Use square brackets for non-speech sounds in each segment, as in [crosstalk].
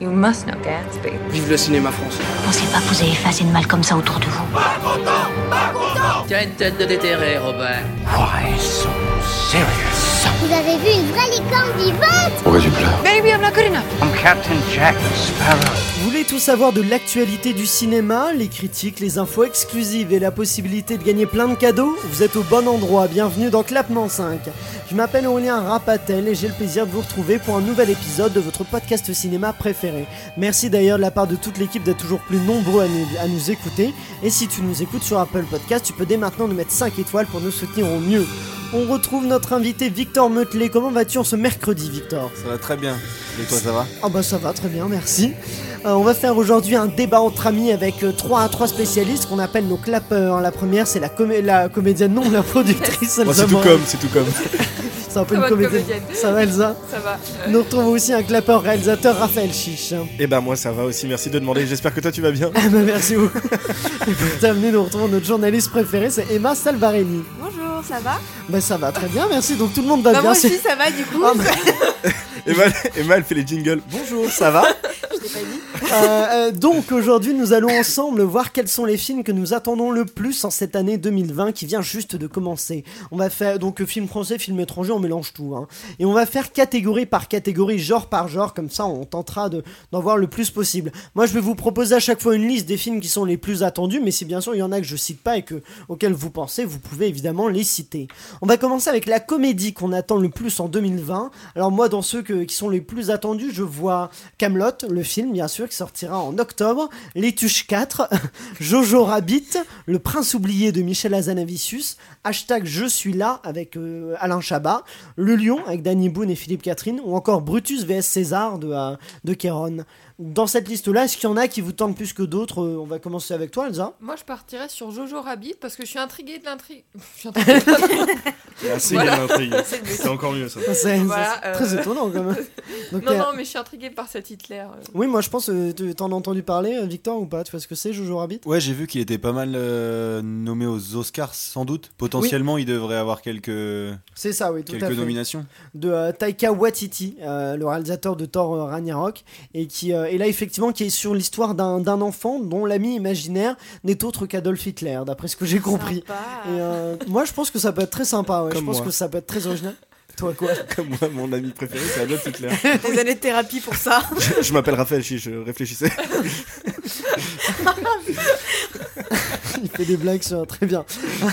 You must know Gatsby. Vive le cinéma français. Pensez pas que vous avez fait assez de mal comme ça autour de vous. Tu as une tête de déterré, Robin. Vous avez vu une vraie licorne vivante Pourquoi tu pleures Maybe I'm not good enough. Vous voulez tout savoir de l'actualité du cinéma, les critiques, les infos exclusives et la possibilité de gagner plein de cadeaux Vous êtes au bon endroit, bienvenue dans Clapement 5. Je m'appelle Aurélien Rapatel et j'ai le plaisir de vous retrouver pour un nouvel épisode de votre podcast cinéma préféré. Merci d'ailleurs de la part de toute l'équipe d'être toujours plus nombreux à nous, à nous écouter. Et si tu nous écoutes sur Apple Podcast, tu peux dès maintenant nous mettre 5 étoiles pour nous soutenir au mieux. On retrouve notre invité Victor Meutelet. Comment vas-tu en ce mercredi, Victor Ça va très bien. Et toi, ça va Ah bah ça va très bien, merci. Euh, on va faire aujourd'hui un débat entre amis avec euh, trois trois spécialistes qu'on appelle nos clappeurs. La première c'est la, comé- la comédienne, non la productrice. Moi, Elsa C'est tout Morin. comme, c'est tout comme. C'est Ah un peu une bah, Bonne comédienne. comédienne. Ça va Elsa Ça va. Nous retrouvons aussi un clappeur réalisateur [laughs] Raphaël Chiche. Eh ben moi ça va aussi, merci de demander. J'espère que toi tu vas bien. Ah bah merci beaucoup. [laughs] Et pour terminer nous retrouvons notre journaliste préférée c'est Emma Salvarelli. Bonjour, ça va Bah ça va très bien, merci. Donc tout le monde va Bah, bien. Moi aussi, c'est- ça va du coup. Ah, bah, Emma, Emma elle fait les jingles. Bonjour, ça va Euh, euh, donc aujourd'hui, nous allons ensemble voir quels sont les films que nous attendons le plus en cette année 2020 qui vient juste de commencer. On va faire donc euh, film français, film étranger, on mélange tout. hein. Et on va faire catégorie par catégorie, genre par genre, comme ça on tentera de- d'en voir le plus possible. Moi, je vais vous proposer à chaque fois une liste des films qui sont les plus attendus, mais si bien sûr il y en a que je cite pas et que auxquels vous pensez, vous pouvez évidemment les citer. On va commencer avec la comédie qu'on attend le plus en 2020. Alors moi, dans ceux que- qui sont les plus attendus, je vois Camelot, le film bien sûr, qui sortira en octobre, Les Tuches 4, [laughs] Jojo Rabbit, Le Prince oublié de Michel Azanavicius, hashtag Je suis là avec euh, Alain Chabat, Le Lion avec Danny Boone et Philippe Catherine, ou encore Brutus vs César de, euh, de Kéron. Dans cette liste-là, est-ce qu'il y en a qui vous tentent plus que d'autres Euh, On va commencer avec toi, Elsa. Moi, je partirais sur Jojo Rabbit parce que je suis intriguée de l'intrigue. [laughs] Je [laughs] suis intriguée de l'intrigue. Merci Voilà. l'intrigue. C'est le but. C'est encore mieux ça. [laughs] C'est- C'est [laughs] Voilà, c'est très euh. étonnant quand [laughs] même. Donc, non, euh, non, mais je suis intriguée par cet Hitler. euh. Oui, moi je pense, euh, tu- t'en as entendu parler, euh, Victor, ou pas Tu vois ce que c'est, Jojo Rabbit Ouais, j'ai vu qu'il était pas mal euh, nommé aux Oscars, sans doute. Potentiellement, il devrait avoir quelques, C'est ça, oui, tout à quelques fait. nominations. De euh, Taika Waititi, euh, le réalisateur de Thor euh, Ragnarok, et qui euh, et là effectivement qui est sur l'histoire d'un d'un enfant dont l'ami imaginaire n'est autre qu'Adolf Hitler, d'après ce que j'ai compris. Sympa. Et euh, moi je pense que ça peut être très sympa, ouais. je Comme pense moi. que ça peut être très original. Toi quoi [laughs] Comme moi, mon ami préféré, c'est Adolf Hitler. Des années de thérapie pour ça. [laughs] Ah, Je, je m'appelle Raphaël Chiche, je réfléchissais. Il fait des blagues sur... Très bien.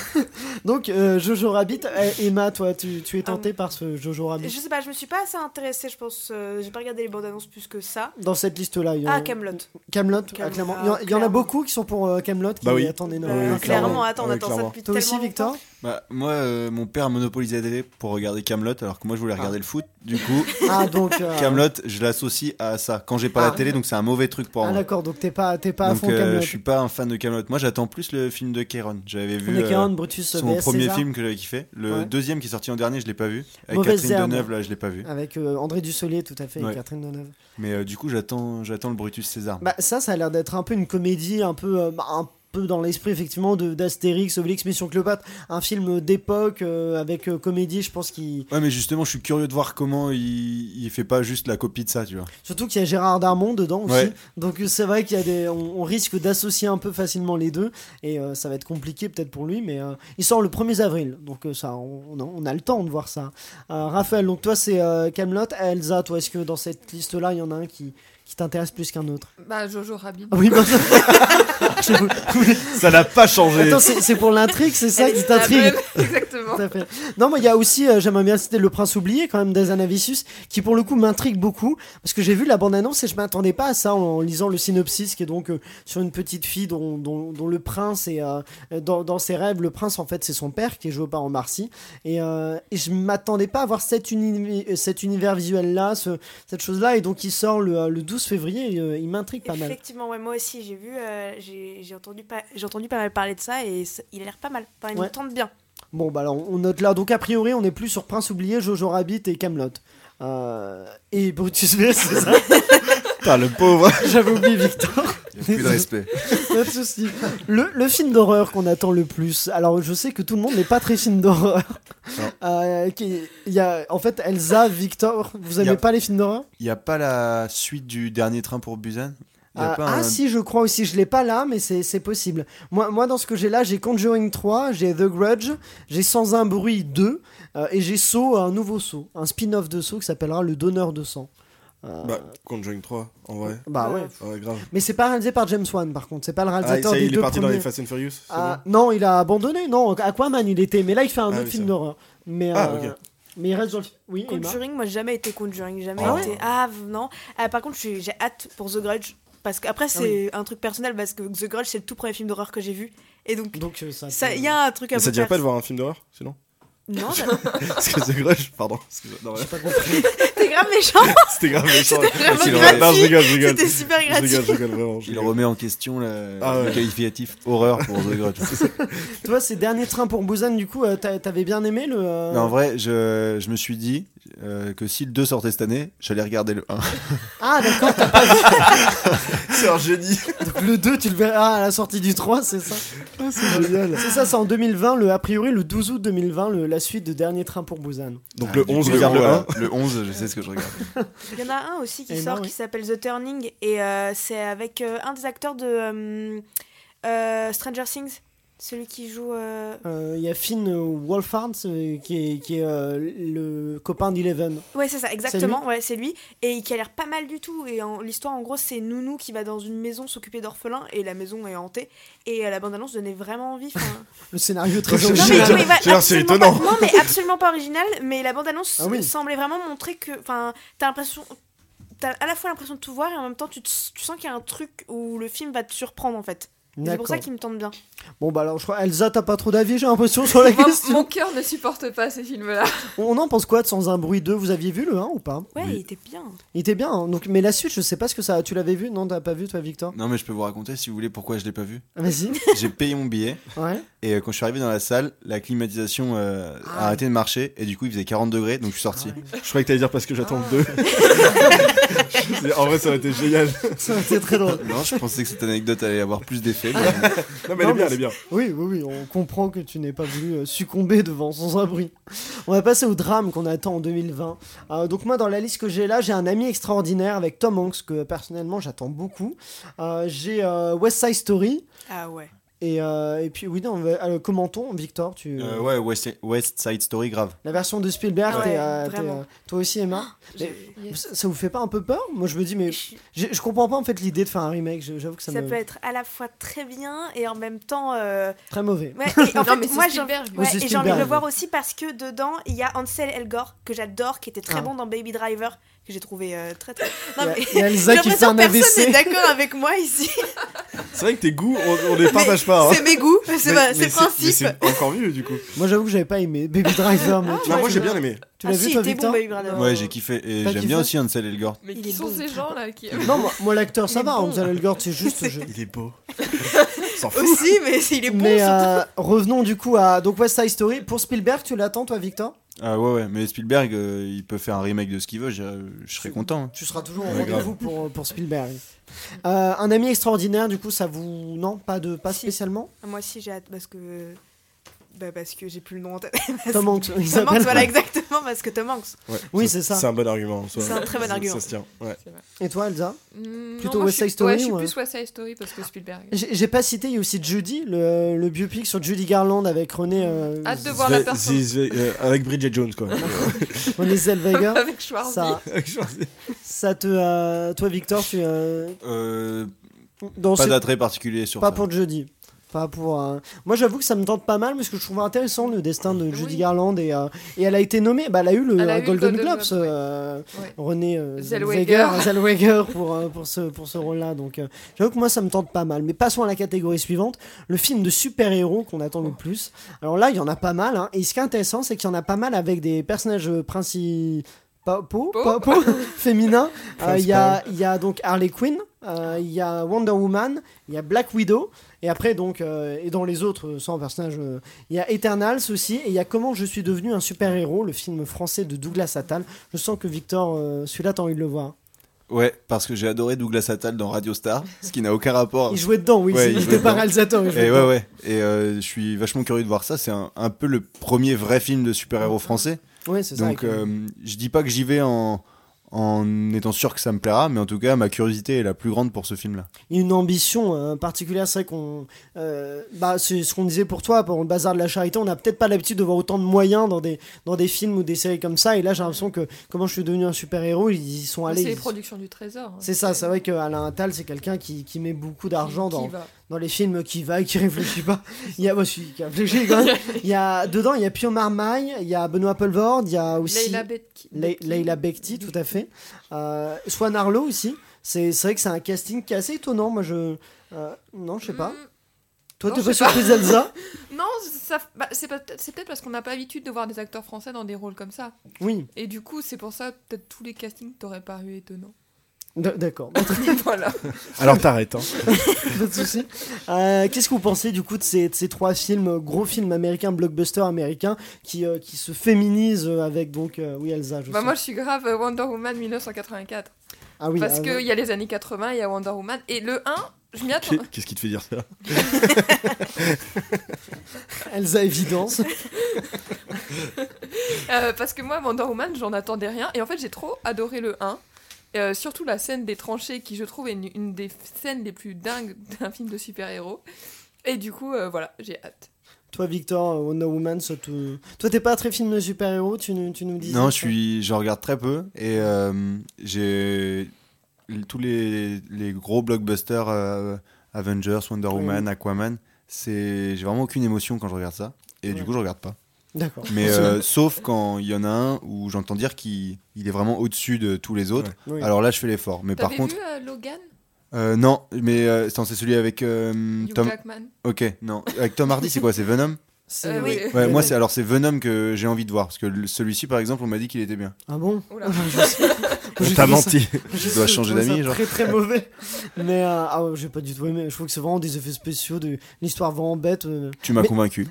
[laughs] Donc euh, Jojo Rabbit, euh, Emma, toi tu, tu es tentée par ce Jojo Rabbit Ah, je sais pas, je me suis pas assez intéressée, je pense. euh, j'ai pas regardé les bandes annonces plus que ça. Dans cette liste-là, il y en Ah, Camelot. Camelot, Camelot, clairement. Il y en- il y, en a clairement. beaucoup qui sont pour euh, Camelot qui Bah oui. attendent oui, énormément. oui, clairement, clairement. attends, on Ouais, attend clairement. ça depuis Toi tellement aussi, Victor longtemps. Bah, moi, euh, mon père monopolisait la télé pour regarder Camelot, alors que moi, je voulais regarder le foot. Du coup, Ah, donc. euh, [laughs] Camelot, je l'associe à ça. Quand j'ai pas Ah. la télé, donc c'est un mauvais truc pour Ah, moi. d'accord, donc t'es pas, t'es pas à hein. donc, fond euh, Camelot. je suis pas un fan de Camelot. Moi, j'attends plus le film de Kéron. J'avais vu euh, Brutus son VS premier César, film que j'avais kiffé. Le Ouais. deuxième qui est sorti en dernier, je l'ai pas vu. Avec Mauvaise Catherine herbe. Deneuve, là, je l'ai pas vu. Avec euh, André Dussolier, tout à fait, et Ouais. Catherine Deneuve. Mais euh, du coup, j'attends, j'attends le Brutus César. Bah, ça, ça a l'air d'être un peu une comédie, un peu. euh, bah, un peu dans l'esprit effectivement de d'Astérix, Obélix, Mission Cléopâtre, un film d'époque euh, avec euh, comédie, je pense qu'il Ouais, mais justement, je suis curieux de voir comment il, il fait pas juste la copie de [laughs] ça, tu vois. surtout qu'il y a Gérard Darmon dedans aussi. Ouais. Donc euh, c'est vrai qu'il y a des on, on risque d'associer un peu facilement les deux et euh, ça va être compliqué peut-être pour lui mais euh, il sort le 1er avril. Donc euh, ça on, on a- on a le temps de voir ça. Euh, Raphaël, donc toi c'est euh, Camelot, Elsa, toi est-ce que dans cette liste là, il y en a un qui qui t'intéresse plus qu'un autre Bah, Jojo Rabbit. Ah Oui, bah, je vous- Ça n'a pas changé. Attends, c'est c'est pour l'intrigue, c'est ça Elle qui est la t'intrigue. même, [laughs] Exactement. Tout à fait. Non, mais il y a aussi, euh, j'aimerais bien citer Le Prince oublié, quand même, d'Azanavicius, qui pour le coup m'intrigue beaucoup, parce que j'ai vu la bande-annonce et je m'attendais pas à ça en, en lisant le synopsis, qui est donc euh, sur une petite fille dont, dont- dont le prince est euh, dans, dans ses rêves. Le prince, en fait, c'est son père, qui est joué par Omar Sy. Et, euh, et je m'attendais pas à voir cet, uni- euh, cet univers visuel-là, ce- cette chose-là, et donc il sort le, euh, le 12 février, et, euh, il m'intrigue pas mal. Effectivement, ouais, moi aussi, j'ai vu, euh, j'ai j'ai entendu, pas- j'ai entendu pas mal parler de ça et ça- il a l'air pas mal. Enfin, il Ouais. me tente bien. Bon, bah alors on note là. Donc, a priori, on est plus sur Prince oublié, Jojo Rabbit et Camelot. Euh, et Brutus VS, c'est ça Putain, le pauvre. [laughs] J'avais oublié Victor. Il y a Plus de respect. [laughs] Pas de souci. Le, le film d'horreur qu'on attend le plus. Alors, je sais que tout le monde n'est pas très film d'horreur. Euh, qui- il y a, en fait, Elsa, Victor, vous Il y aimez a- pas les films d'horreur Il n'y a pas la suite du dernier train pour Busan Il y a Ah, pas ah un- si, je crois aussi. Je l'ai pas là, mais c'est c'est possible. Moi, moi, dans ce que j'ai là, j'ai Conjuring 3, j'ai The Grudge, j'ai Sans un bruit 2, euh, et j'ai Saw, un nouveau Saw, un spin-off de Saw qui s'appellera Le Donneur de sang. Euh, Bah, Conjuring 3, en vrai. bah ouais. Ouais, grave. Mais c'est pas réalisé par James Wan, par contre. C'est pas le Ah, réalisateur ça y est, des il deux est parti dans premiers. les Fast and Furious. c'est Ah, non, il a abandonné. Non, Aquaman, il était. Mais là, il fait un Ah autre oui, film ça. d'horreur. Mais, Ah, euh, ok. mais il reste dans le. Oui, Emma. Conjuring, moi j'ai jamais été Conjuring, jamais Ah ouais été. Ah v- non. Ah, par contre, je suis- j'ai hâte pour The Grudge parce qu'après Ah c'est un truc personnel parce que The Grudge c'est le tout premier film d'horreur que j'ai vu et donc Donc, euh, ça. ça il y a un truc bon. à Mais Ah, ça te vous dirait faire- pas de voir un film d'horreur, sinon [laughs] Non, ça- Parce que The Grudge, pardon. excuse-moi, [laughs] non, ouais. t'es grave méchant. C'était grave méchant. vraiment Non, gratuit. je rigole, je rigole. C'était super Je rigole, je gratuit. rigole vraiment. je Il rigole. remet en question le, Ah ouais. le qualificatif horreur pour The [laughs] Grudge. Toi, ces derniers trains pour Busan, du coup, euh, t'a- t'avais bien aimé le. euh, Mais en vrai, je, je me suis dit euh, que si le 2 sortait cette année, j'allais regarder le 1. Ah, d'accord. t'as- C'est un génie. donc le 2, tu le verras à la sortie du 3, c'est ça C'est génial. C'est ça, c'est en 2020, le, a priori le 12 août 2020, le- la suite de Dernier train pour Busan. Donc Ah, le du 11, coup, regarde le voilà. 1. Le 11, je sais ce que je regarde. Il y en a un aussi qui Et sort non, oui. qui s'appelle The Turning et euh, c'est avec euh, un des acteurs de euh, euh, Stranger Things, celui qui joue. euh, Euh, Il y a Finn euh, Wolfhard euh, qui est, qui est, euh, le copain d'Eleven. Ouais, c'est ça, exactement. Ouais, c'est lui. Et qui a l'air pas mal du tout. Et en- l'histoire, en gros, c'est Nounou qui va dans une maison s'occuper d'orphelins. Et la maison est hantée. Et euh, la bande-annonce donnait vraiment envie. enfin. Le scénario très Non, mais- non, J'ai mais, original. l'air- oui, voilà, j'ai l'air, c'est absolument étonnant. pas- non, mais absolument pas original. Mais la bande-annonce Ah oui. semblait vraiment montrer que. Enfin, t'as l'impression. T'as à la fois l'impression de tout voir et en même temps, tu, te- tu sens qu'il y a un truc où le film va te surprendre en fait. Et C'est pour ça D'accord. qu'il me tente bien. Bon, bah alors, je crois, Elsa, t'as pas trop d'avis, j'ai l'impression, [laughs] sur [laughs] la Moi, question. mon cœur ne supporte pas ces [laughs] films-là. On en pense quoi de Sans un bruit 2 Vous aviez vu le 1 ou pas Ouais, Oui. il était bien. Il était bien, hein. donc, mais la suite, je sais pas ce que ça. Tu l'avais vu Non, t'as pas vu, toi, Victor Non, mais je peux vous raconter si vous voulez pourquoi je l'ai pas vu. [laughs] Vas-y. J'ai payé mon billet Ouais. et euh, quand je suis arrivé dans la salle, la climatisation euh, Ah. a arrêté de marcher et du coup il faisait 40 degrés donc je suis sorti. Je croyais que t'allais dire parce que j'attends [laughs] le 2. en vrai, ça aurait été génial. Ça aurait été très drôle. Non, je pensais que cette anecdote allait avoir plus d'effet. Ah. mais- Non, mais elle Non, est bien, mais elle est bien. Oui, oui, oui, on comprend que tu n'aies pas voulu euh, succomber devant sans abri. On va passer au drame qu'on attend en 2020. Euh, donc moi, dans la liste que j'ai là, j'ai un ami extraordinaire avec Tom Hanks que personnellement j'attends beaucoup. Euh, j'ai euh, West Side Story Ah ouais. et, euh, et puis oui, non, va- euh, commentons Victor, tu Euh, ouais, West, West Side Story grave. la version de Spielberg, Ouais, t'es, euh, t'es, vraiment. Ah, euh, toi aussi Emma. Mais Yes. ça, ça vous fait pas un peu peur Moi, je me dis mais Je- j'ai- je comprends pas en fait l'idée de faire un remake. je- J'avoue que ça, Ça, me peut être à la fois très bien et en même temps. euh, très mauvais. [laughs] Ouais, et en Non, fait, mais c'est moi, j'ai Spielberg. Oui, Ouais, c'est et j'ai envie de Spielberg. le voir aussi parce que dedans, il y a Ansel Elgort, que j'adore, qui était très Ah. bon dans Baby Driver, que j'ai trouvé euh, très très. [laughs] Il Non, y a- mais. il y a Elsa J'ai qui fait l'impression un que personne n'est AVC. d'accord avec moi ici. C'est vrai que tes goûts, on, on les partage pas. hein. C'est mes goûts, [laughs] c'est Mais- ma- mais c'est le mais principe. c'est encore mieux, [laughs] du coup. Moi, j'avoue que j'avais pas aimé Baby Driver. mais tu Non, l'as moi, vu j'ai bien aimé. Tu Ah l'as si, vu il toi, était Victor bon, Baby Driver. Ouais, j'ai kiffé et T'as j'aime Ah. kiffé bien aussi Ansel Elgort. Mais Il qui est sont bon. ces gens-là qui... Non, moi, moi, l'acteur, ça Il est va. bon. Ansel Elgort, c'est juste. je- Il est [laughs] beau. S'en fout. [laughs] Aussi, mais il est bon Mais surtout. euh, revenons du coup à donc West Side Story. Pour Spielberg, tu l'attends, toi, Victor Ah ouais, ouais, mais Spielberg, euh, il peut faire un remake de ce qu'il veut, je, je serais content. hein. Tu seras toujours au Ouais, rendez-vous pour, pour Spielberg. Euh, un ami extraordinaire, du coup, ça vous non pas de pas Si. [laughs] spécialement. Moi aussi, j'ai hâte parce que. Bah, parce que j'ai plus le nom en tête. Tom Hanks, il Tom Hanks, s'appelle. voilà, exactement, parce que Tom Hanks. Ouais, Oui, c'est ça. C'est un bon argument. en soi. C'est un très bon Ça- argument. Ça se tient. Ouais. Et toi, Elsa Plutôt Mm, West moi, je suis- Side Story, Ouais, je suis ouais. Ah. plus West Side Story parce que Spielberg. [laughs] J'ai j'ai pas cité. Il y a aussi Judy, le, le biopic sur Judy Garland avec René euh, Hâte de voir la Zve- personne Zve- euh, avec Bridget Jones, [laughs] quoi. Euh, René Zellweger. [laughs] avec Schwarzy. ça, Moi, ça te, euh, toi, Victor, tu euh, Euh, dans pas ce- d'attrait particulier sur Pas ça. pour jeudi. Pas pour. euh, Moi, j'avoue que ça me tente pas mal parce que je trouve intéressant le destin de Judy Oui. Garland et, euh, et elle a été nommée. Bah, elle a eu le Elle euh, a eu le Golden Golden Globes. Globe, euh, Ouais. René euh, Zellweger. Zellweger, Zellweger pour euh, pour ce pour ce rôle-là. Donc, euh, j'avoue que moi, ça me tente pas mal. Mais passons à la catégorie suivante, le film de super-héros qu'on attend le plus. Alors là, il y en a pas mal. hein, et ce qui est intéressant, c'est qu'il y en a pas mal avec des personnages principaux. Pau, Pau. [laughs] pau, féminin. Euh, Il y, a, il y a donc Harley Quinn, euh, il y a Wonder Woman, il y a Black Widow, et après, donc, euh, et dans les autres, euh, sans personnage, euh, il y a Eternals aussi, et il y a Comment je suis devenu un super-héros, le film français de Douglas Attal. Je sens que Victor, euh, celui-là, t'as envie de le voir. Ouais, parce que j'ai adoré Douglas Attal dans Radio Star, ce qui n'a aucun rapport. Il jouait dedans, oui. Oh. Ouais, c'est- il il jouait était pas dedans. réalisateur. il jouait Et ouais, dedans. ouais. Et euh, je suis vachement curieux de voir ça. C'est un, un peu le premier vrai film de Ah. super-héros français. Ouais, c'est ça. Donc, avec- euh, je dis pas que j'y vais en, en étant sûr que ça me plaira, mais en tout cas, ma curiosité est la plus grande pour ce film-là. Il y a une ambition euh, particulière. C'est vrai qu'on. euh, bah, c'est ce qu'on disait pour toi, pour le bazar de la charité. On n'a peut-être pas l'habitude de voir autant de moyens dans des, dans des films ou des séries comme ça. Et là, j'ai l'impression que comment je suis devenu un super-héros, ils y sont allés. C'est ils- les productions du trésor. hein. C'est ça, c'est vrai qu'Alain Attal, c'est quelqu'un qui, qui met beaucoup d'argent Qui dans, va. dans les films qui va et qui [laughs] réfléchit pas. Il y a, moi, je suis qui réfléchit quand [laughs] même. Il y a, dedans, il y a Pio Marmaille, il y a Benoît Appelvord, il y a aussi. Leila Bekti. Le- Leila Bekti, tout à fait. Euh, Swan Arlo aussi. C'est c'est vrai que c'est un casting qui est assez étonnant. Moi, je. euh, non, je sais pas. Mm, Toi, non, t'es je pas sais pas. surprise, [laughs] Elsa Non, ça- bah, c'est pas- c'est peut-être parce qu'on n'a pas l'habitude de voir des acteurs français dans des rôles comme ça. Oui, Et du coup, c'est pour ça, peut-être tous les castings t'auraient paru [laughs] étonnant. d- d'accord. voilà. Alors t'arrêtes. Hein. Pas de souci. Euh, Qu'est-ce que vous pensez du coup de ces, de ces trois films, euh, gros films américains, blockbusters américains, qui, euh, qui se féminisent euh, avec donc. euh, oui, Elsa, je Bah, sais. moi, je suis grave euh, Wonder Woman 1984. ah oui, ah, parce qu'il y a les années 80, il y a Wonder Woman. Et le 1, je m'y attends. Qu'est- Qu'est-ce qui te fait dire ça Elsa, [laughs] évidence. Euh, parce que moi, Wonder Woman, j'en attendais rien. Et en fait, j'ai trop adoré le 1. Euh, surtout la scène des tranchées, qui je trouve est une, une des f- scènes les plus dingues [laughs] d'un film de super-héros. Et du coup, euh, voilà, j'ai hâte. Toi, Victor, euh, Wonder Woman, ça te- toi, t'es pas très film de super-héros, tu, nous- tu nous dis Non, je suis, je regarde très peu et euh, j'ai tous les, les gros blockbusters euh, Avengers, Wonder Woman, Aquaman. C'est, j'ai vraiment aucune émotion quand je regarde ça et du Ouais. coup je [laughs] regarde pas. D'accord. Mais euh, sauf quand il y en a un où j'entends dire qu'il il est vraiment au-dessus de tous les autres. Oui. Alors là, je fais l'effort. Mais par T'avais contre, vu euh, Logan euh, non. Mais euh, attends, c'est celui avec euh, Hugh Tom. Jackman Ok, non. Avec Tom Hardy, c'est quoi [laughs] C'est Venom. C'est- Euh, oui. Ouais, moi c'est alors c'est Venom que j'ai envie de voir parce que le- celui-ci par exemple, on m'a dit qu'il était bien. Ah bon [laughs] Oula. J'ai On t'a trouvé ça- [laughs] menti. j'ai dois trouvé changer ça d'amis, genre. Très [laughs] très mauvais. Mais euh, ah, ouais, j'ai pas du tout aimé. Je trouve que c'est vraiment des effets spéciaux, de l'histoire vraiment bête. euh. Tu m'as Mais- convaincu.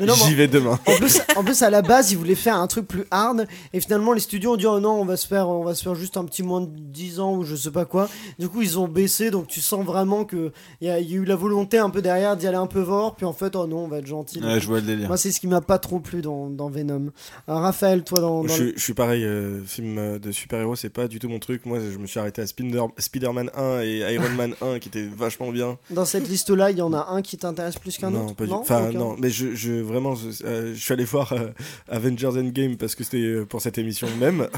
Mais [laughs] non, mais J'y vais demain. en plus, en plus, à la base, ils voulaient faire un truc plus hard, et finalement, les studios ont dit oh non, on va se faire, on va se faire juste un petit moins de 10 ans ou je sais pas quoi. Du coup, ils ont baissé, donc tu sens vraiment que il y, a il y a eu la volonté un peu derrière d'y aller un peu fort, puis en fait, oh non, on va être gentil. Ouais, je vois le délire. Moi, c'est ce qui m'a pas trop plu dans, dans Venom. Euh, Raphaël, toi, dans, dans Je, le- je suis pareil, euh, film euh, de super-héros, c'est pas du tout mon truc. Moi, je me suis arrêté à Spinder- Spider-Man 1 et Iron Man 1 qui étaient vachement bien. dans cette liste-là, il y en a un qui t'intéresse plus qu'un non, autre. pas du Enfin, Aucun. non, mais je, je- vraiment, je, euh, je suis allé voir euh, Avengers Endgame parce que c'était euh, pour cette émission [laughs] même.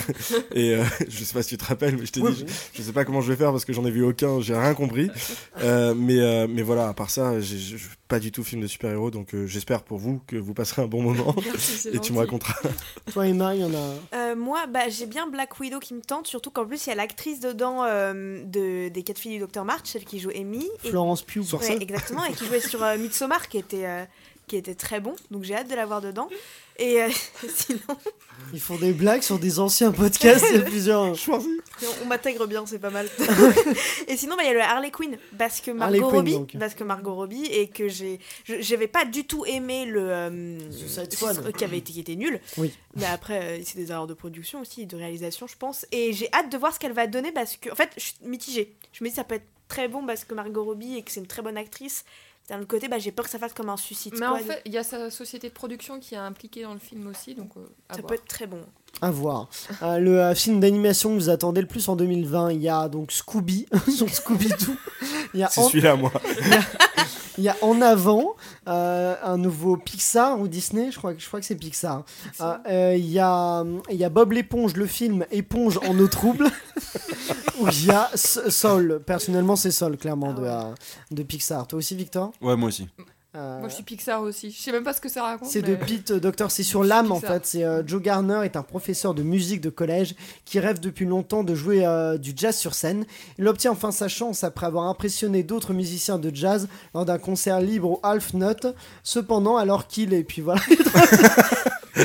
et euh, [laughs] je sais pas si tu te rappelles, mais je t'ai Oui, dit, je, je sais pas comment je vais faire parce que j'en ai vu aucun, j'ai rien compris. Euh, mais, euh, mais voilà, à part ça, j'ai j'ai- j'ai pas du tout film de super-héros, donc euh, j'espère pour vous que vous passerez un bon moment. Merci, c'est Et tu gentil. me raconteras. Toi, Emma, il y en a. Euh, moi, bah, j'ai bien Black Widow qui me tente, surtout qu'en plus, il y a l'actrice dedans euh, de, des quatre filles du Dr. March, celle qui joue Amy. Et, Florence Pugh. Ouais, exactement, et qui jouait sur euh, Midsommar, qui était, euh, qui était très bon, donc j'ai hâte de la voir dedans. Et euh, [laughs] sinon, Ils font des blagues sur des anciens podcasts, il y a plusieurs. on- on m'intègre bien, c'est pas [laughs] mal. et sinon, bah, il y a le Harley Quinn, parce que Margot Harley Quinn, Robbie, donc. parce que Margot Robbie, et que j'ai, je- j'avais pas du tout aimé le euh, Suicide ce- Squad. qui avait été, qui était nul. Oui. Mais après, euh, c'est des erreurs de production aussi, de réalisation, je pense. Et j'ai hâte de voir ce qu'elle va donner parce que, en fait, je suis mitigée. Je me dis, ça peut être très bon parce que Margot Robbie et que c'est une très bonne actrice. D'un autre côté, bah, j'ai peur que ça fasse comme un suicide. Mais en Squad. fait, il y a sa société de production qui est impliquée dans le film aussi, donc euh, à ça voir. peut être très bon. À voir. Euh, le euh, film d'animation que vous attendez le plus en 2020, il y a donc Scooby, [laughs] sur Scooby-Doo. Il y, a C'est en, celui-là, moi. il y a En Avant, euh, un nouveau Pixar ou Disney, je crois, que- je crois que c'est Pixar. Euh, euh, Il y, a, hum, il y a Bob l'éponge, le film Éponge en eau trouble. Ou il y a S- Sol. Personnellement, c'est Sol, clairement, de, euh, de Pixar. Toi aussi, Victor Ouais, moi aussi. Euh, Moi, je suis Pixar aussi. Je sais même pas ce que ça raconte. C'est de mais- Pete euh, Docteur, c'est sur l'âme en Pixar. fait. C'est euh, Joe Garner est un professeur de musique de collège qui rêve depuis longtemps de jouer euh, du jazz sur scène. Il obtient enfin sa chance après avoir impressionné d'autres musiciens de jazz lors d'un concert libre au Half Note. Cependant, alors qu'il est, puis [laughs] voilà.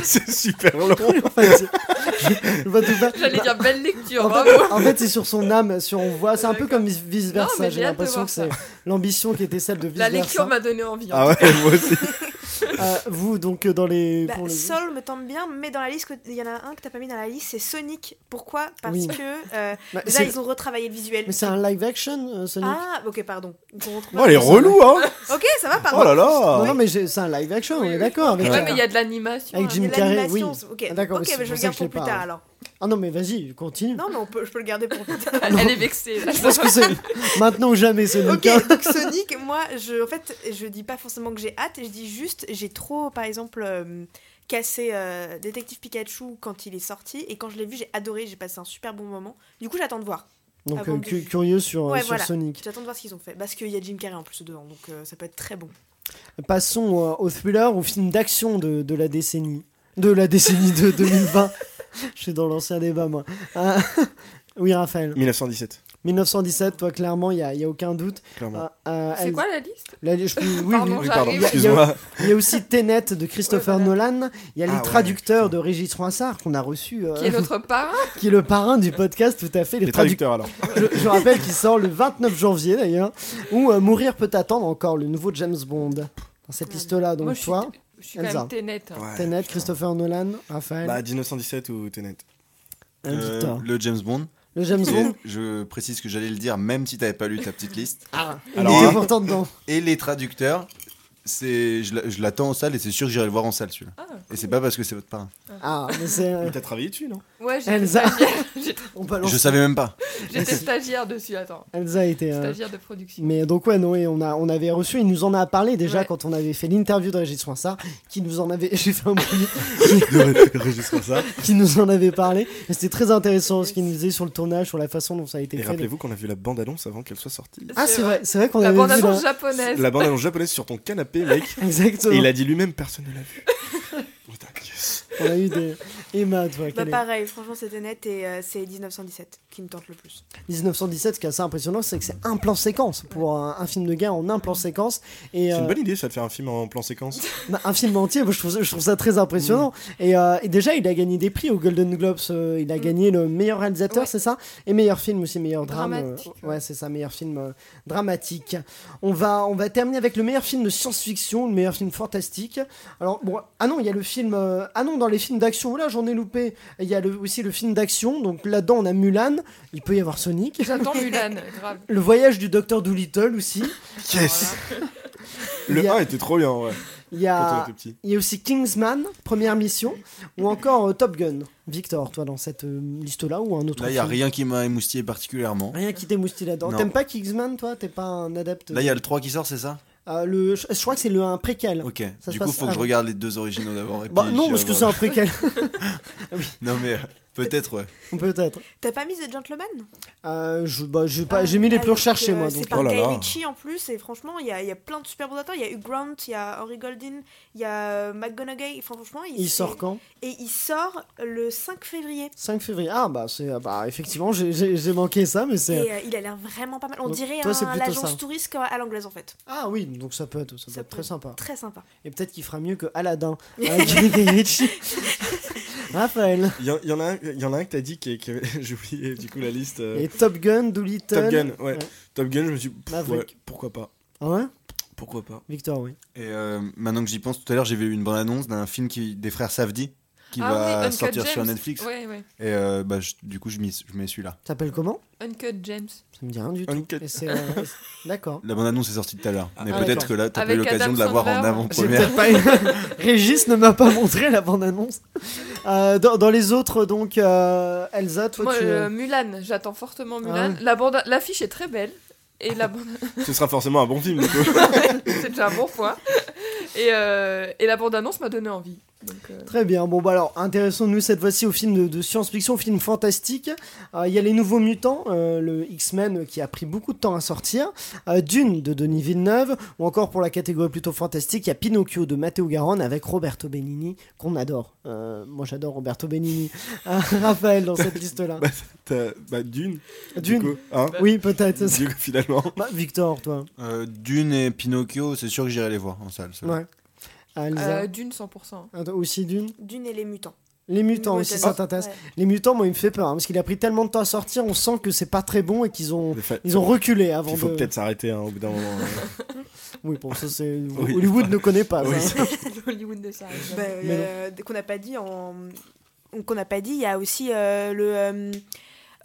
c'est super [laughs] long. en fait, c'est- [laughs] je- je vois tout ça. [laughs] J'allais dire belle lecture, En bravo. fait, en fait, c'est sur son âme, sur on voit. C'est un peu comme vice Non, versa. mais J'ai j'ai hâte de l'impression voir que c'est Ah l'ambition qui était celle de vice [laughs] La versa. lecture m'a donné envie. Ah ouais, moi aussi. Euh, vous, donc, euh, dans les. Bah, pour les- Soul me tente bien, mais dans la liste, que- il y en a un que t'as pas mis dans la liste, c'est Sonic. Pourquoi Parce Oui. que euh, Bah, déjà c'est- ils ont retravaillé le visuel. Mais c'est un live action, euh, Sonic Ah, ok, pardon. Ils ont retrouvé- Oh, elle est relou, hein Ok, ça va, pardon. Oh là là [laughs] Non, non, mais j'ai- c'est un live action, on Oui, est oui. d'accord. avec Ouais, ça. mais il y a de l'animation. Avec hein. Jim- Mais Carrey, l'animation, oui. c'est- Ok, Ah, d'accord, ok, mais c'est mais je le pour ça que garde je pour l'ai plus pas. tard alors. Ah non, mais vas-y, continue. Non, mais on peut, je peux le garder pour plus [laughs] tard. Elle, elle est vexée. là. Je pense que [laughs] c'est maintenant ou jamais, Sonic. Ok, Ah hein. donc Sonic, moi, je, en fait, je dis pas forcément que j'ai hâte, je dis juste, j'ai trop, par exemple, euh, cassé euh, Détective Pikachu quand il est sorti, et quand je l'ai vu, j'ai adoré, j'ai passé un super bon moment. Du coup, j'attends de voir. Donc, Avant euh, bah de- cu- curieux sur, euh, Ouais, sur voilà. Sonic. J'attends de voir ce qu'ils ont fait, parce qu'il y a Jim Carrey en plus dedans, donc euh, ça peut être très bon. Passons euh, au thriller, au film d'action de, de la décennie. De la décennie de 2020. Je suis dans l'ancien débat, moi. Euh, oui, Raphaël. 1917, 1917, toi, clairement, il n'y a, il y a aucun doute. clairement. Euh, euh, C'est elle- quoi la liste la- je peux- oui, Pardon, oui. oui, pardon, j'arrive. excuse-moi. Il y a aussi Tenet de Christopher Ouais, Nolan. Il y a Ah les ouais, traducteurs putain. de Régis Roissard qu'on a reçu, euh, Qui est notre parrain [laughs] qui est le parrain du podcast, tout à fait. Les, Les traducteurs. traducteurs, alors. je, je rappelle qu'il sort le 29 janvier d'ailleurs, où euh, Mourir peut attendre encore le nouveau James Bond. Dans cette liste-là, donc Moi, je suis, toi, je suis quand Elsa. même ténète. hein. Ouais, Tenet, putain. Christopher Nolan, Raphaël, Bah, 1917 ou Tenet. un Oh. Euh, victor. le James Bond. Le James Et Bond, je précise que j'allais le dire, même si t'avais pas lu ta petite liste. il alors, était hein. pourtant dedans. Et les traducteurs, c'est, je l'a- je l'attends en salle et c'est sûr que j'irai le voir en salle celui-là. Ah, Et c'est pas parce que c'est votre parrain. Ah, mais c'est. [laughs] euh, Mais t'as travaillé dessus, non Ouais, j'étais Elsa, stagiaire. J'étais- on balance. Je savais [laughs] même pas. J'étais stagiaire dessus, attends. Elsa était. euh, Stagiaire de production. Mais donc ouais, Noé, on, a, on avait reçu, il nous en a parlé déjà Ouais. quand on avait fait l'interview de Régis Soinsard, qui nous en avait, [laughs] j'ai fait un bruit, [laughs] Enregistre ça. qui nous en avait parlé. Et C'était très intéressant ce qu'il nous disait sur le tournage, sur la façon dont ça a été Et fait. rappelez-vous qu'on a vu la bande-annonce avant qu'elle soit sortie. Ah c'est vrai, c'est vrai qu'on La avait vu bande-annonce là. japonaise. La bande-annonce japonaise sur ton canapé, mec. Exactement. Et il a dit lui-même, personne ne l'a [laughs] vu. Putain, yes. On a eu des. Emma, toi, Bah quelle est- pareil, franchement c'était net et euh, c'est 1917 qui me tente le plus. 1917, ce qui est assez impressionnant, c'est que c'est un plan séquence pour un, un film de guerre en un plan séquence. Et, C'est euh, une bonne idée, ça, de faire un film en plan [laughs] séquence. bah, un film entier, moi, je, trouve ça, je trouve ça très impressionnant. Mm. Et, euh, et déjà, il a gagné des prix au Golden Globes. euh, il a gagné le meilleur réalisateur, Ouais. c'est ça Et meilleur film aussi, meilleur drame. euh, Dramatique, ouais. ouais, c'est ça, meilleur film euh, dramatique. On va, on va terminer avec le meilleur film de science-fiction, le meilleur film fantastique. Alors, bon, ah non, il y a le film. euh, ah non, dans les films d'action, là, j'en ai loupé. Il y a le- aussi le film d'action. Donc là-dedans, on a Mulan. Il peut y avoir Sonic. J'attends Mulan, grave. Le voyage du docteur Doolittle aussi. Yes Il y Le a- Ah. 1 était trop bien, ouais, Il y a, quand on était petit. il y a aussi Kingsman, première mission, ou encore euh, Top Gun. Victor, toi, dans cette euh, liste-là, ou un autre Là, il y a film rien qui m'a émoustillé particulièrement. Rien qui t'émoustille là-dedans. Non. T'aimes pas Kingsman, toi T'es pas un adepte Là, il y a le 3 qui sort, c'est ça Euh, le, je, je crois que c'est le un préquel. Ok. euh, Ça se du coup, passe faut que je avant. regarde les deux originaux d'abord. et Bah, puis non, je- parce que c'est un préquel, [laughs] Non, mais euh, peut-être, ouais. peut-être. T'as pas mis The Gentleman Euh, je- bah, j'ai pas- Ah, j'ai mis les plus avec, recherchés, euh, moi. Donc. C'est par Oh là Guy là. Ritchie en plus et franchement il y a, il y a plein de super bons acteurs. Il y a Hugh Grant, il y a Henry Goldin, il y a euh, McGonagall. Enfin, franchement il, Il c'est- sort quand Et il sort le 5 février. 5 février. Ah, bah, c'est, bah effectivement, j'ai- j'ai j'ai manqué ça, mais c'est. Et euh, il a l'air vraiment pas mal. On Donc, dirait toi, c'est un- plutôt l'agence ça. touriste à l'anglaise en fait. Ah, oui, donc ça peut être, ça peut Ça être très peut- sympa. Très sympa. Et peut-être qu'il fera mieux que Aladdin. avec Guy [laughs] Ritchie. Raphaël. Il y, en- il y en a un- il y en a un que t'as dit qui, qui avait- [laughs] j'ai oublié du coup la liste. euh, Et Top Gun, Doolittle. Top Gun, ouais. ouais. Top Gun, je me suis dit, pff, ouais, Maverick. pourquoi pas Ah ouais Pourquoi pas Victor, oui. Et euh, maintenant que j'y pense, tout à l'heure, j'ai vu une bande-annonce d'un film qui, des frères Safdie qui Ah va oui, Uncut sortir sur Gems. Netflix. Ouais, ouais. Et euh, bah, je- du coup, je, m'y- je mets celui-là. T'appelles comment Uncut James. Ça me dit rien du tout. Uncut. Et c'est, euh, D'accord. La bande-annonce est sortie tout à l'heure. mais ah, peut-être d'accord. que là, t'as pas eu Avec l'occasion Adam de [laughs] la voir en J'ai Sandler. avant-première. peut-être [laughs] pas [laughs] Régis ne m'a pas montré la bande-annonce. Euh, dans, dans les autres, donc, euh, Elsa, toi, Moi, tu. euh, Mulan, j'attends fortement Mulan. Ah ouais. La bande, l'affiche est très belle. Et la bande, [laughs] Ce sera forcément un bon film, du coup. [laughs] [laughs] c'est déjà un bon point. Et, euh, et la bande annonce m'a donné envie. Donc, euh, Très bien. Bon, bah alors, intéressons-nous cette fois-ci au film de, de science-fiction, au film fantastique. Euh, Il y a Les Nouveaux Mutants, euh, le X-Men euh, qui a pris beaucoup de temps à sortir, euh, Dune de Denis Villeneuve, ou encore pour la catégorie plutôt fantastique, il y a Pinocchio de Matteo Garonne avec Roberto Benigni, qu'on adore. Euh, moi, j'adore Roberto Benigni. [laughs] Euh, Raphaël, [laughs] dans cette liste-là. T'as- bah, Dune. Dune. Du coup, hein Oui, peut-être. Du coup, finalement. Bah, Victor, toi. Euh, Dune et Pinocchio, c'est sûr que j'irai les voir en salle. ceux-là. Ouais. Ah, Lisa. euh, Dune 100%. [laughs] Ah, toi aussi Dune. Dune et les mutants. Les mutants Nouveau aussi, thème. ça t'intéresse. Ouais. Les mutants, moi, il me fait peur, hein, parce qu'il a pris tellement de temps à sortir, on sent que c'est pas très bon et qu'ils ont. Des fa- Ils ont reculé avant Il faut de. peut-être s'arrêter hein, au bout d'un moment. euh. Oui, bon, ça c'est. [laughs] Oui. Hollywood ne connaît pas. Oui, [laughs] ça. c'est- L'Hollywood de ça. Bah, Mais euh, qu'on n'a pas dit en qu'on n'a pas dit il y a aussi euh, le euh,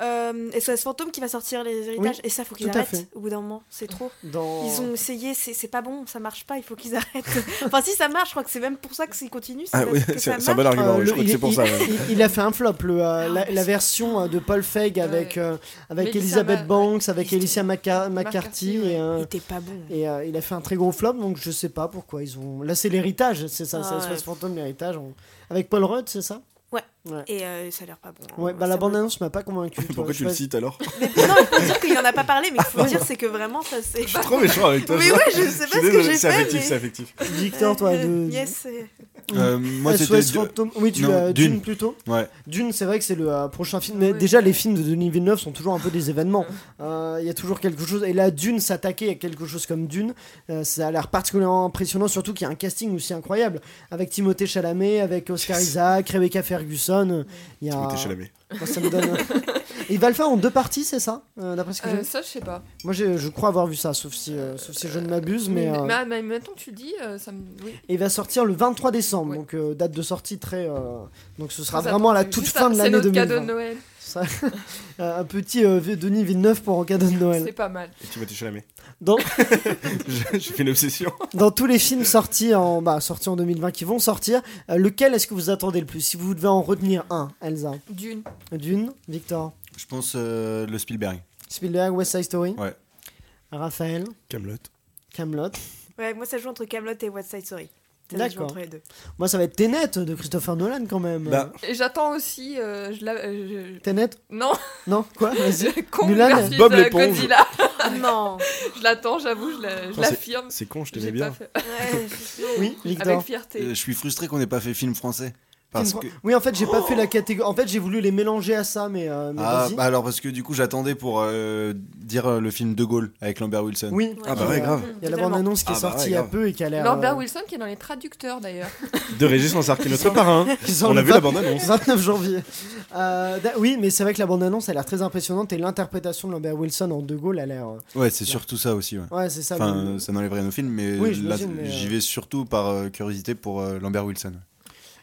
euh, SOS fantôme qui va sortir les héritages et ça faut qu'ils tout à arrêtent fait. au bout d'un moment c'est trop Dans- ils ont essayé c'est c'est pas bon ça marche pas il faut qu'ils arrêtent [laughs] enfin si ça marche je crois que c'est même pour ça que s'ils continuent c'est Ah oui, parce que [laughs] c'est ça c'est un marche. bon argument, Euh, oui, le- je crois que il- c'est pour il- [laughs] ça. ouais. il, il a fait un flop, le, Ah, euh, la, la version euh, de Paul Feig avec, euh, avec Melissa Elizabeth Ma- Banks, avec C'était- Alicia Maca- McCarthy. McCarthy, ouais. Et, euh, il était pas bon et, euh, il a fait un très gros flop, donc je sais pas pourquoi ils ont. Là, c'est l'héritage, c'est ça, Ah c'est ouais. Space Phantom, l'héritage. on- Avec Paul Rudd, c'est ça et euh, ça a l'air pas bon Ouais, hein. bah la Ça me- bande-annonce m'a pas convaincu. toi, [laughs] Pourquoi je tu le sais cites alors non il faut dire qu'il en a pas parlé mais il faut dire c'est que vraiment ça c'est Je suis trop méchant avec toi. mais ouais je sais Je pas suis ce que désolé, j'ai C'est fait affectif, c'est mais affectif. pas. Victor, toi, de. [laughs] yes c'est- Euh, moi, Moi, c'était. Phantom. Oui, tu Non, l'as- Dune. Dune. plutôt. Ouais. Dune, c'est vrai que c'est le euh, prochain film. Mais Ouais. déjà, les films de Denis Villeneuve sont toujours un peu des événements. Euh, Il y a toujours quelque chose. Et là, Dune s'attaquer à quelque chose comme Dune, euh, ça a l'air particulièrement impressionnant, surtout qu'il y a un casting aussi incroyable. Avec Timothée Chalamet, avec Oscar Yes. Isaac, Rebecca Ferguson. Euh, Il y a... Euh. Timothée Chalamet. Moi, ça me [laughs] donne- Et il va le faire en deux parties, c'est ça Euh, D'après ce que j'ai Euh, vu ça, je sais pas. Moi, j'ai- je crois avoir vu ça, sauf si, euh, sauf si je ne m'abuse. Mais, Mais, euh, mais- mais maintenant que tu le dis, euh, ça me. Oui. et il va sortir le 23 décembre, Ouais. donc euh, date de sortie très. euh, donc ce sera Ça, vraiment à la c'est toute juste fin un- de l'année C'est notre cadeau de 2020. Noël. Ça- [laughs] un petit euh, Denis Villeneuve pour un cadeau de C'est Noël. pas mal. Et Timothée Chalamet. Dans, [laughs] J'ai j'ai fait une obsession. dans tous les films sortis en, bah, sortis en 2020 qui vont sortir, euh, lequel est-ce que vous attendez le plus Si vous devez en retenir un, Elsa. Dune. Dune, Victor, Je pense euh, le Spielberg. Spielberg, West Side Story. Ouais. Raphaël, Camelot. Camelot. ouais moi ça joue entre Camelot et West Side Story Ça, ça joue D'accord. entre les deux Moi, ça va être Tenet de Christopher Nolan quand même. Bah, Et j'attends aussi. euh, je l'a- euh, Tenet je- Non, [laughs] Non Quoi Vas-y. Kong Mulan, versus, Bob euh, l'éponge. Godzilla. non Je l'attends, j'avoue, je la- je Enfin, l'affirme. c'est con, je J'ai t'aimais bien. pas fait- Ouais, Oui, Avec Victor. fierté. Euh, je suis frustré qu'on n'ait pas fait film français. Parce Film que... Oui, en fait, j'ai pas fait la catégorie. En fait, j'ai voulu les mélanger à ça, mais, euh, mais Ah, vas-y. bah alors parce que du coup j'attendais pour euh, dire euh, le film De Gaulle avec Lambert Wilson. Oui. Ah bah il y ouais, bah a- grave. Il y a la Totalement. bande-annonce qui Ah est bah sortie ouais, il y a grave. peu et qui a l'air. Norbert euh, Wilson qui est dans les traducteurs d'ailleurs. De Régis Lansard, qui est notre parrain. qui sort On le a vu la 20 [laughs] bande-annonce. 29 janvier. Euh, da- oui, mais c'est vrai que la bande-annonce, elle a l'air très impressionnante et l'interprétation de Lambert Wilson en De Gaulle, elle a l'air. euh, Ouais, c'est surtout ça aussi. Ouais. Ouais, c'est ça. Enfin, le- euh, ça n'enlève rien au film, mais Oui, là, j'imagine, mais, j'y euh, vais surtout par euh, curiosité pour euh, Lambert Wilson.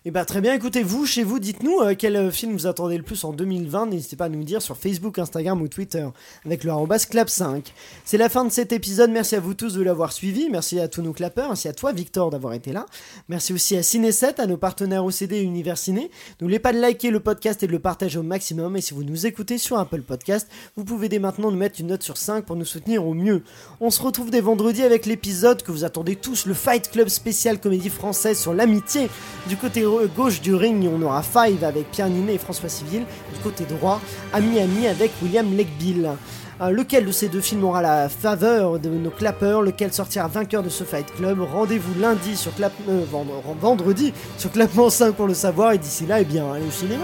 Eh ben, très bien, écoutez, vous, chez vous, dites-nous euh, quel euh, film vous attendez le plus en 2020. N'hésitez pas à nous le dire sur Facebook, Instagram ou Twitter avec le arrobas clap5. C'est la fin de cet épisode. Merci à vous tous de l'avoir suivi. Merci à tous nos clappeurs. Merci à toi, Victor, d'avoir été là. Merci aussi à Ciné7, à nos partenaires OCD et Univers Ciné. N'oubliez pas de liker le podcast et de le partager au maximum. Et si vous nous écoutez sur Apple Podcast, vous pouvez dès maintenant nous mettre une note sur 5 pour nous soutenir au mieux. On se retrouve dès vendredi avec l'épisode que vous attendez tous, le Fight Club spécial comédie française sur l'amitié. Du côté euh, gauche du ring, on aura Five avec Pierre Ninet et François Civil. Du côté droit, Ami Ami avec William Legbill. Euh, lequel de ces deux films aura la faveur de nos clappeurs Lequel sortira vainqueur de ce Fight Club Rendez-vous lundi sur Clap... euh, vendre- vendredi sur Clapement 5 pour le savoir. Et d'ici là, eh bien, allez au cinéma